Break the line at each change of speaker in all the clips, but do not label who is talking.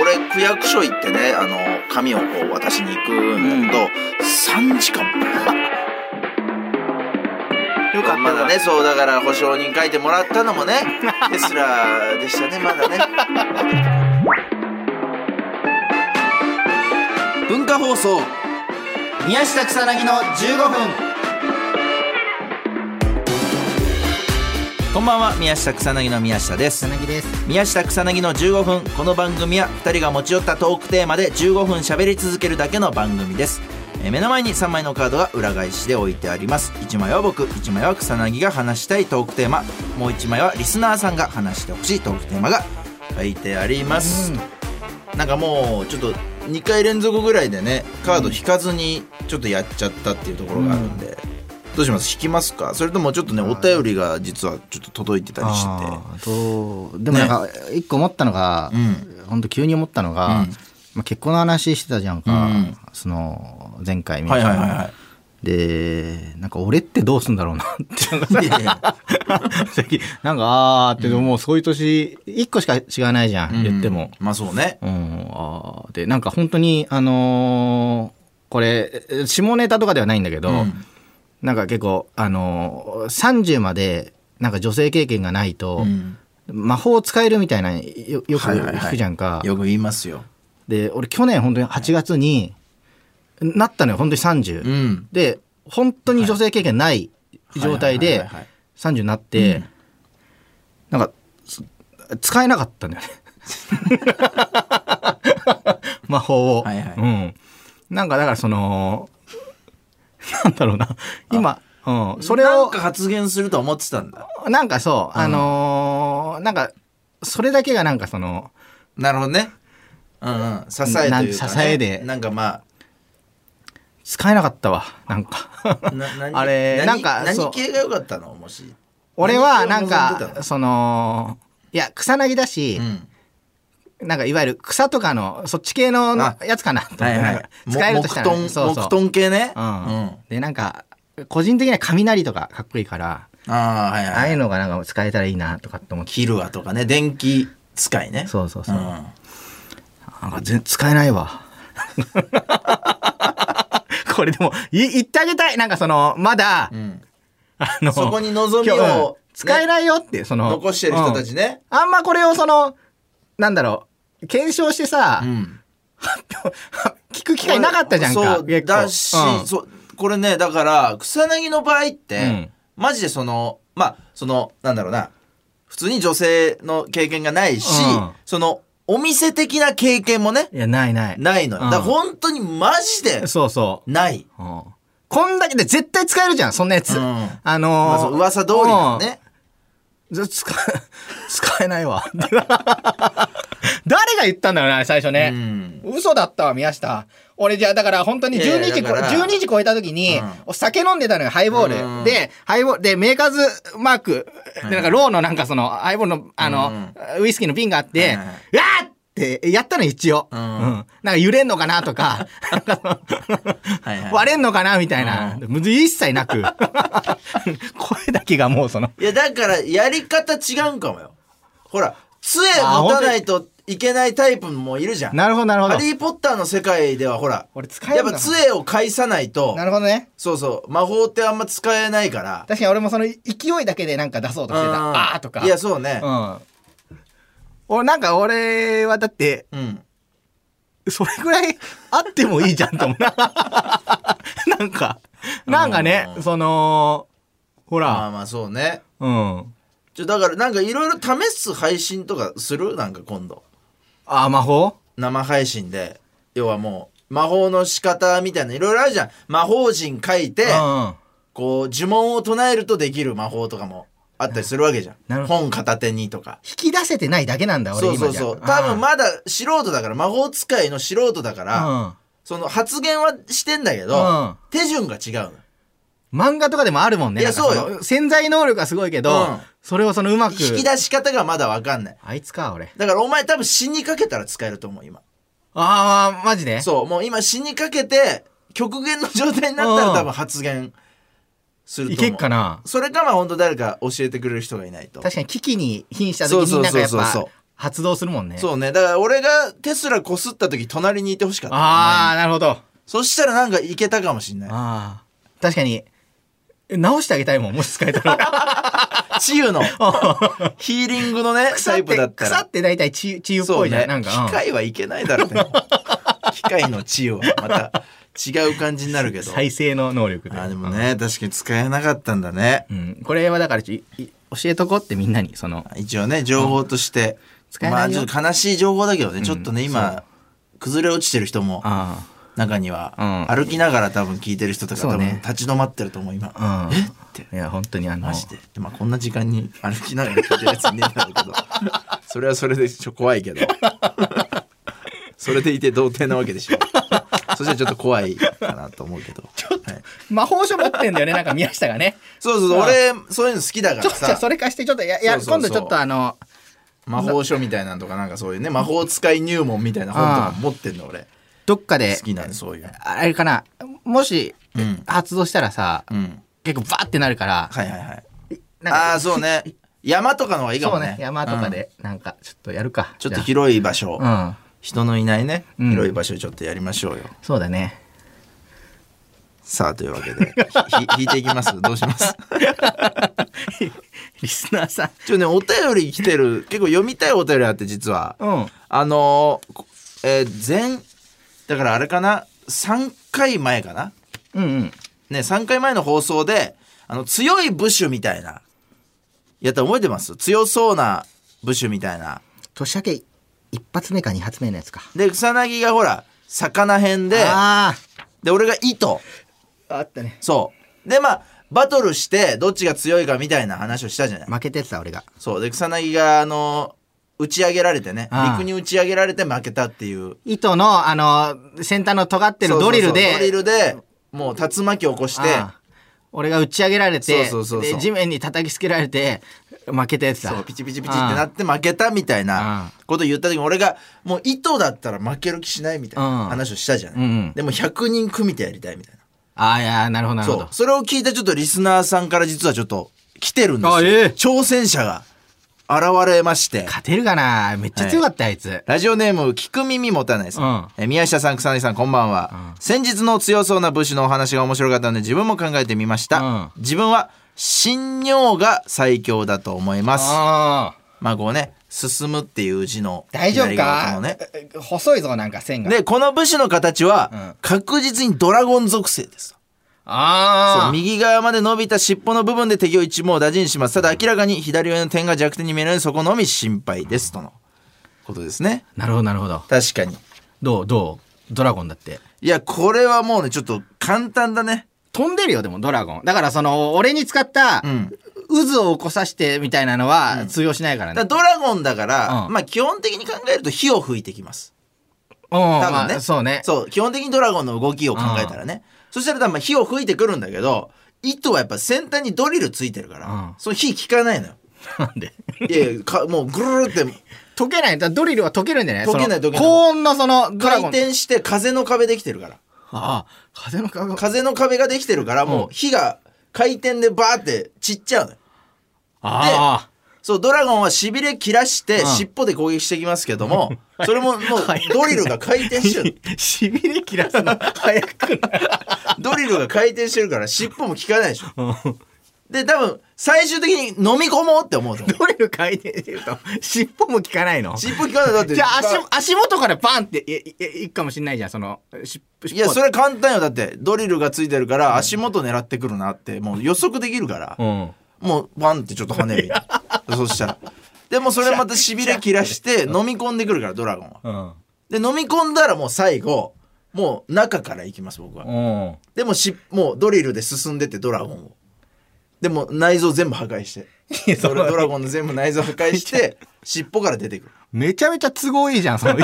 俺、区役所行ってね、あの、紙をこう渡しに行くんだけど、3時間も
よかった
まだね、そう、だから保証人書いてもらったのもね、 テスラでしたね、まだね。文化放送。
宮下草薙の15分
こんばんは、宮下草薙の宮下です。
薙です
宮下草薙の15分この番組は2人が持ち寄ったトークテーマで15分喋り続けるだけの番組ですえー目の前に3枚のカードが裏返しで置いてあります1枚は僕1枚は草薙が話したいトークテーマもう1枚はリスナーさんが話してほしいトークテーマが書いてあります、なんかもうちょっと2回連続ぐらいでねカード引かずにちょっとやっちゃったっていうところがあるんで、どうします引きますかそれともちょっとねお便りが実はちょっと届いてたりしてて
あーどうでもなんか一個思ったのが、
うん
本当急に思ったのが、
うん
まあ、結婚の話してたじゃんか、
うん
その前回みた
はいい
な、
はいはいはい
でなんか俺ってどうすんだろうなってなんかさ
いやいや
最近なんかああーってでももうそういう年一個しか違わないじゃん、 言っても、
まあそうね
うん、あーでなんか本当にあのーこれえ下ネタとかではないんだけど、
うん
なんか結構あのー30までなんか女性経験がないと、魔法使えるみたいなよよく
はいはいはい
聞くじゃんか、
よく言いますよ
で俺去年本当に8月になったのよ本当に30、
ん
で本当に女性経験ない状態
はい
で
はいはいはい
30になって、なんかす使えなかった んだよね魔法を、
はいはい
うん、なんかだからそのなんだろうな今、うん、それ
なん
を
か発言すると思ってたんだ
なんかそう、あのーなんかそれだけがなんかその
なるほどねうんうん支えというか、ね、
なん支えで
なんかま
使えなかったわなんか
あ な何
あれ
何
なんかそう
何系が良かったのもし
俺はな
何
ん
系を望んでた
か
の
そのいや草薙だし
う、ん
なんかいわゆる草とかのそっち系の
あ
やつかなと思って
はい
なん
は
か
い
使えるとしたらね、
木
そう
遁
そう
木遁系ね
うんでなんか個人的には雷とかかっこいいから、
ああはい
ああ
はい
いうのがなんか使えたらいいなとかって思って
キルアとかね電気使いね
そうそうそう、
ん
なんか全使えないわ これでもい言ってあげたいなんかそのまだ、
うん
あの
そこに望みを
今日うん
ね
使えないよってその
残してる人たちね
うんあんまこれをそのなんだろう検証してさ、
うん
聞く機会なかったじゃんか
そう
結構
だし、
うん
そうこれねだから草薙の場合って、
うん
マジでそのまあそのなんだろうな普通に女性の経験がないし、
うん
そのお店的な経験もね
いやないない
ないのよ、
うん
だから本当にマジで
そうそう、
ない、
うんこんだけで絶対使えるじゃんそんなやつ、
うん
あのー
まあ、そう噂通りだね、
うんず使え 使えないわ 誰が言ったんだろうな最初
う
ね、
ん
嘘だったわ宮下俺じゃあだから本当に
いやい
12
や
時
だ
こ
から
12時超えた時に
うん
お酒飲んでたのよハイボー
う
ル
ん
でハイボールでメーカーズマークでなんかローのなんかそのハイボールのあのウイスキーの瓶があって
うん
うわーってやったの一応う
うんん
なんか揺れんのかなとかなんかその
はいはい
割れんのかなみたいなむず一切なく 声だけがもうその
いやだからやり方違うんかもよほら杖持たないといけないタイプもいるじゃん
なるほどなるほど
ハリー・ポッターの世界ではほら
俺使え
や
る
っ
んだ
ぱ杖を返さないと
なるほどね
そうそう魔法ってあんま使えないから
確かに俺もその勢いだけでなんか出そうとしてた
うん
あーとか
いやそうね
うん。俺なんか俺はだって、
うん
それぐらいあってもいいじゃんと思う。 なんか、なんかね、その、ほ
まあ
ら、
まあそうね
うん。
ちょだからなんかいろいろ試す配信とかするなんか今度
あ、魔法
生配信で要はもう魔法の仕方みたいないろいろあるじゃん魔法陣書いて
うん。あ
こう呪文を唱えるとできる魔法とかもあったりするわけじゃ
なる
ん
ほ
本片手にとか
引き出せてないだけなんだ、俺
そうそ
今
う
じゃ。
そう多分まだ素人だから魔法使いの素人だから、
あ
その発言はしてんだけど、
うん
手順が違うの
ー、うん。漫画とかでもあるもんね。
いや
なんかの
そう
潜在能力はすごいけど、
うん
それをそのうまく。
引き出し方がまだ分かんない
あいつか、俺。
だからお前多分死にかけたら使えると思う今
ああ、マジで
そうもう今死にかけて極限の状態になった
う
ら
ん
多分発言すると
い
思う
けっかな
それかまあ本当誰か教えてくれる人がいないと
確かに危機に瀕した時
そうそ
に
う
なんか
そう
やっ
そう
ぱ
そう
発動するもんね。
そうねだから俺がテスラこすった時隣にいてほしかった
ああ、なるほど。あ
そしたらなんかいけたかもしんない
あー。確かに、直してあげたいもん、もし使えた ら。
治癒のヒーリングのねタ
腐
イ
っ
プ
て
だっ、た
腐
ら
って大体治治癒っ
そ
ぽ
う
いじゃん。
ね
なん
機
か、うん
械はいけないだろう ね機械の治癒はまた違う感じになるけど
再生の能力で。
あでもね確かに使えなかったんだね
うん。これはだからちょいい教えとこうってみんなに、その、
一応ね情報として、
使え
ま
な
あ
い
ち
よ
ょっと悲しい情報だけどね、ちょっとね
うんそ
今崩れ落ちてる人も
あ
中には、
うん
歩きながら多分聞いてる人とか
そ
多
う
分
ね
立ち止まってると思う今、
あ。うん。
えって
いや、本当にあの、
マジで、まあ、こんな時間に歩きながら聞いてるやついねえんだろうけ どそれはそれでちょ怖いけどそれでいて童貞なわけでしょそしたらちょっと怖いかなと思うけどはい
魔法書持ってんだよね、なんか宮下がね。
そうそうそう
まあ
俺そういうの好きだか
ちょ
ら
っとじゃあ
さ
それ貸して、ちょっとや、や、
そうそうそう
今度ちょっとあの、
魔法書みたいなのとかなんかそういうね魔法使い入門みたいな本とか持ってんの俺
どっかで
好、きなんでそういう
あれかな、もし、
うん
発動したらさ、
うん
結構バーってなるから、
はいはいはい
なんか
ああーそうね山とかの方がいいか
そ
も
う
ね
ね、山とか
うん
で、なんか、ちょっとやるか。
ちょっと
じ
広い場所、
ゃあ
人のいないね
うん
広い場所でちょっとやりましょうよ、
うん、そうだね。
さあというわけでひひ引いていきますどうし ます
リスナーさん。
ちょねお便り来てる結構読みたいお便りあって実は
うん。
あのーこえー前だからあれかな3回前かな
うんうん。
ね3回前の放送であの強い部首みたいなやった覚えてます強そうな部首みたいな
年明け、一発目か二発目のやつか。
で草薙がほら魚編で
あ
で俺が糸
あ、あったね。
そうでまあバトルしてどっちが強いかみたいな話をしたじゃない
負けてた、俺が。
そうで草薙があの打ち上げられてね
ああ
陸に打ち上げられて負けたっていう
糸の、あの、先端の尖ってるドリ
そう
ルで、
そうそうドリルでもう竜巻起こして
ああ俺が打ち上げられて
そうそうそうそう
で地面に叩きつけられて負けたやつだ
そうピチピチピチってなって負けたみたい
あ
な
あ
こと言った時に俺がもう糸だったら負ける気しないみたいな話をしたじゃない、
うんうん
でも100人組みてやりたいみたいな
ああいやなるほどなるほ
そ
ど
うそれを聞いたちょっとリスナーさんから実はちょっと来てるんですよ、
あええ
挑戦者が現れまして
勝てるかなめっちゃ強かった、あいつ
ラジオネーム、聞く耳持たないさん。えー宮下さん、草薙さん、こんばんは。先日の強そうな武士のお話が面白かったので、自分も考えてみました。
うん
自分は、新尿が最強だと思います。
ああ
まあ、こうね、進むっていう字の
大丈夫
左側
か、
のね。
細いぞなんか線が
で、この武士の形
う
は
ん、
確実にドラゴン属性です。そ
あ
う
あ
右側まで伸びた尻尾の部分で敵を一網打尽します。ただ明らかに左上の点が弱点に見えるので、そこのみ心配です。とのことですね。
なるほどなるほど
確かに。
どうどうドラゴンだって
いや、これはもうね、ちょっと簡単だね。
飛んでるよでもドラゴンだからその俺に使った、
うん
渦を起こさしてみたいなのは通用しないから
だ
ね
から。ドラゴンだから、
うん
まあ基本的に考えると火を吹いてきます。
うん、
多分ね。
まあそうね。
そう、基本的にドラゴンの動きを考えたらね。そしたら多分火を吹いてくるんだけど、糸はやっぱ先端にドリルついてるから、
うん
その火効かない のよ。
なんで
いやいや、かもうぐるるって
溶けないだからドリルは溶けるんじゃない
溶けない
そ
溶け
の
ない
高温のそのドラ
回
ゴン
転して風の壁できてるから。
ああ風の顔が
風の壁ができてるから、もう火が回転でバーって散っちゃうのよ。
あ
そう、ドラゴンは痺れ切らして、
うん
尻尾で攻撃してきますけど も、それももうドリルが回転してる。
あしびれ切らすの早くない
ドリルが回転してるから尻尾も効かないでしょ。 で、多分、最終的に飲み込もうって思うと思う。
ドリル回転してると尻尾も効かない の
尻尾効かないだって。
じゃあ足
ま
足元からバンっていいいいくかもしんないじゃんその尻尾
いや、そ
れ
れ簡単よ。だって、ドリルがついてるから足元狙ってくるなって、もう予測できるから、
ん
もうバンってちょっと跳ねるよ。そしたら。でもそれまた痺れ切らして飲み込んでくるから、ドラゴンは。
うん
で、飲み込んだらもう最後、もう中から行きます、僕は。
うん
でもし、もうドリルで進んでってドラゴンを。でも内臓全部破壊して。
やそ
ド
れ
ラドラゴンの全部内臓破壊して、尻尾から出てくる。
めちゃめちゃ都合 いいじゃんその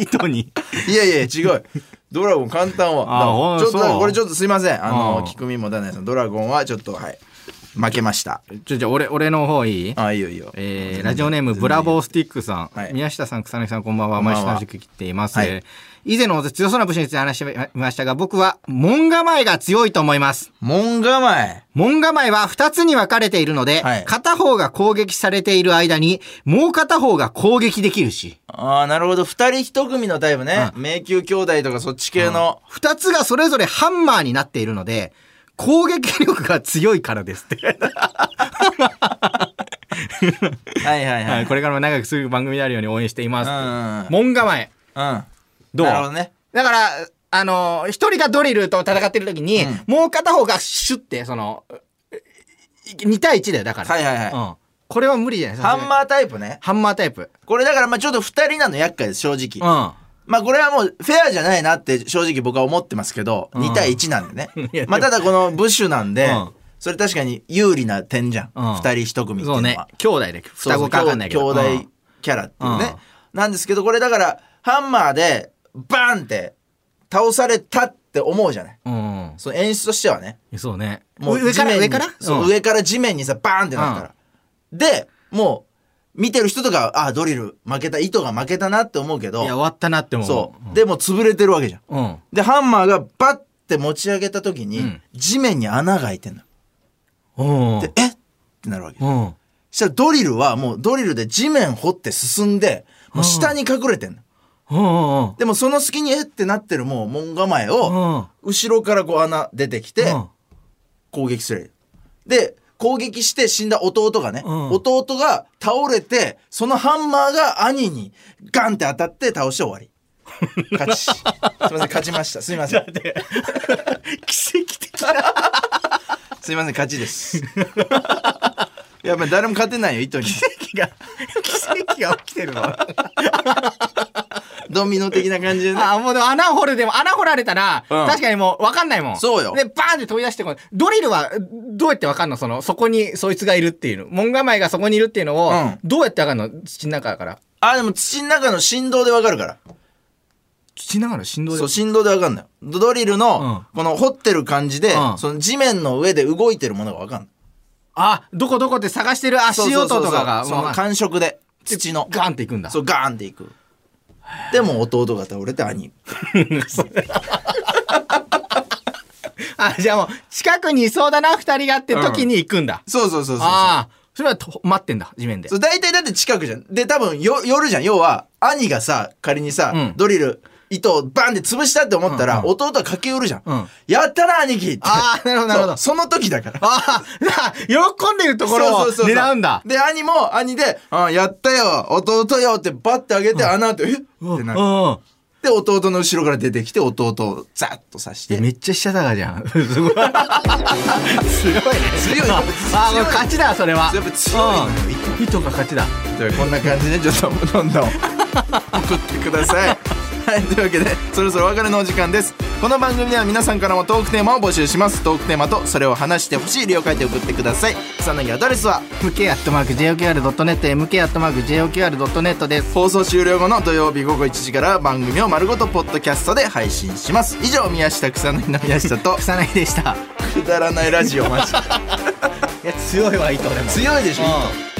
糸に
いやいや違う。ドラゴン簡単は。
あほん
ちょっと
そう
これちょっとすいません。あ
う
の、
ん
聞くみもだないさん、ドラゴンはちょっと、はい。負けました。
ちょ、じゃあ俺、俺の方いい
あ、いいよいいよ。
えーラジオネーム、ブラボースティックさん。
はい
宮下さん、草薙さん、こんばんは。
こんばん
毎
は
週楽しく聞いています。
はい
えー以前の強そうな武士について話してみましたが、僕は、門構えが強いと思います。
門構え。
門構えは2つに分かれているので、
はい
片方が攻撃されている間に、もう片方が攻撃できるし、
ああ、なるほど。二人一組のタイプね。迷宮兄弟とかそっち系の。
2つがそれぞれハンマーになっているので、攻撃力が強いからですって。
はいはいはい。
これからも長くする番組であるように応援しています。
うんうん
門構え。
うん。うん。
どう
なるほどね。
だから、あの、一人がドリルと戦ってる時に、
うん
もう片方がシュッて、その、2対1だよ、だから。
はいはいはい。
うん。これは無理じゃない
ハン
ー。
マータイプね。
ハンマータイプ。
これだからまあちょっと二人なの厄介です、正直。
う
まあこれはもうフェアじゃないなって正直僕は思ってますけど、
うん
2対1なんでね
いや。
まあただこのブッシュなんで
うん、
それ確かに有利な点じゃん。
うん
2人1組っていうの
そ
は。
うね。兄弟で、
そう
双
そう
子かわかんないけど。
兄弟キャラっていうね
うん。
なんですけど、これだからハンマーでバーンって倒されたって思うじゃない。
うん。うん
その演出としてはね。
そうね。
もう
上
地
から
面に
上から
そう、
ん
上から地面にさ、バーンってなったら。で、もう、見てる人とか、あ、ドリル負けた、糸が負けたなって思うけ
いや、終
ど、
わったなって思う。
そう。でも潰れてるわけじゃん。
うん、うん。
で、ハンマーがバッて持ち上げた時に、
うん
地面に穴が開いてんの。
うん。
で、えってなるわけ。
うん。
そしたらドリルはもうドリルで地面掘って進んで、もう下に隠れてんの。
うん。うん。
でもその隙にえってなってるもう門構え
う
を、
ん。
後ろからこう穴出てきて、
うん
攻撃する。で、攻撃して死んだ弟がね、
うん
弟が倒れて、そのハンマーが兄にガンって当たって倒して 終わり。勝ち。すみません、勝ちました。すみません。
奇跡的。
すみません、勝ちです。 やっぱ誰も勝てないよ、糸 に。
奇跡が、奇跡が起きてるの。
ドミノ的な感じでね。
あ、もうでも穴を掘るでも、穴掘られたら、
うん
確かにもう分かんないもん。
そうよ
で、バーンって飛び出してこない。ドリルは、どうやって分かんのその、そこにそいつがいるっていうの。門構えがそこにいるっていうのを、
うん
どうやって分かんの土の中から。
あ、でも土の中の振動でわかるから。
土の中の振動
そう、振動でわかんない。ドドリルの、この掘ってる感じで、
うん
その地面の上で動いてるものがわかんない。
あ、どこどこって探してる足音とか
そうそうそう
が、
そ
ま
の
あ
感触で、土の。
ガンっていくんだ。
そう、ガーンっていく。でも弟が倒れて兄。
あ、じゃあもう、近くにいそうだな、二人がって時に行くんだ。
そうそうそうそうそう。
ああ、それはと待ってんだ、地面で。
そう大体だって近くじゃん。で、多分よ、夜じゃん。要は、兄がさ、仮にさ、
うん
ドリル、糸をバンって潰したって思ったら、
うんう
弟は駆け寄るじゃん。
うん
やったな、兄貴って。
ああ、なるほど、なるほど。あ
そうその時だから。
あ、喜んでるところ
そうそ
を
うそうそう
狙うんだ。
で、兄も、兄で、うん、やったよ、弟よってバッてあげて、穴って、えってなる。
うん。
で、弟の後ろから出てきて、弟をザッと刺し
いや
て。
めっちゃしたたか じゃん。すごい。すごいね。
強い
ああ、もう
強い
勝ちだ、それは。
やっぱ強いね
うん。ヒットが勝ちだ。
というこんな感じでちょっとどんどん送ってください。はい、というわけでそろそろお別れのお時間ですこの番組では皆さんからもトークテーマを募集しますトークテーマとそれを話してほしい理由を書いて送ってください草薙アドレスは
mk アットマーク joqr.net、mk アットマーク joqr.net です。
放送終了後の土曜日午後1時から番組を丸ごとポッドキャストで配信します以上宮下草薙の宮下と
草薙でした。
くだらないラジオマジで
いや、強いわ、糸でも。
強いでしょいいと
うん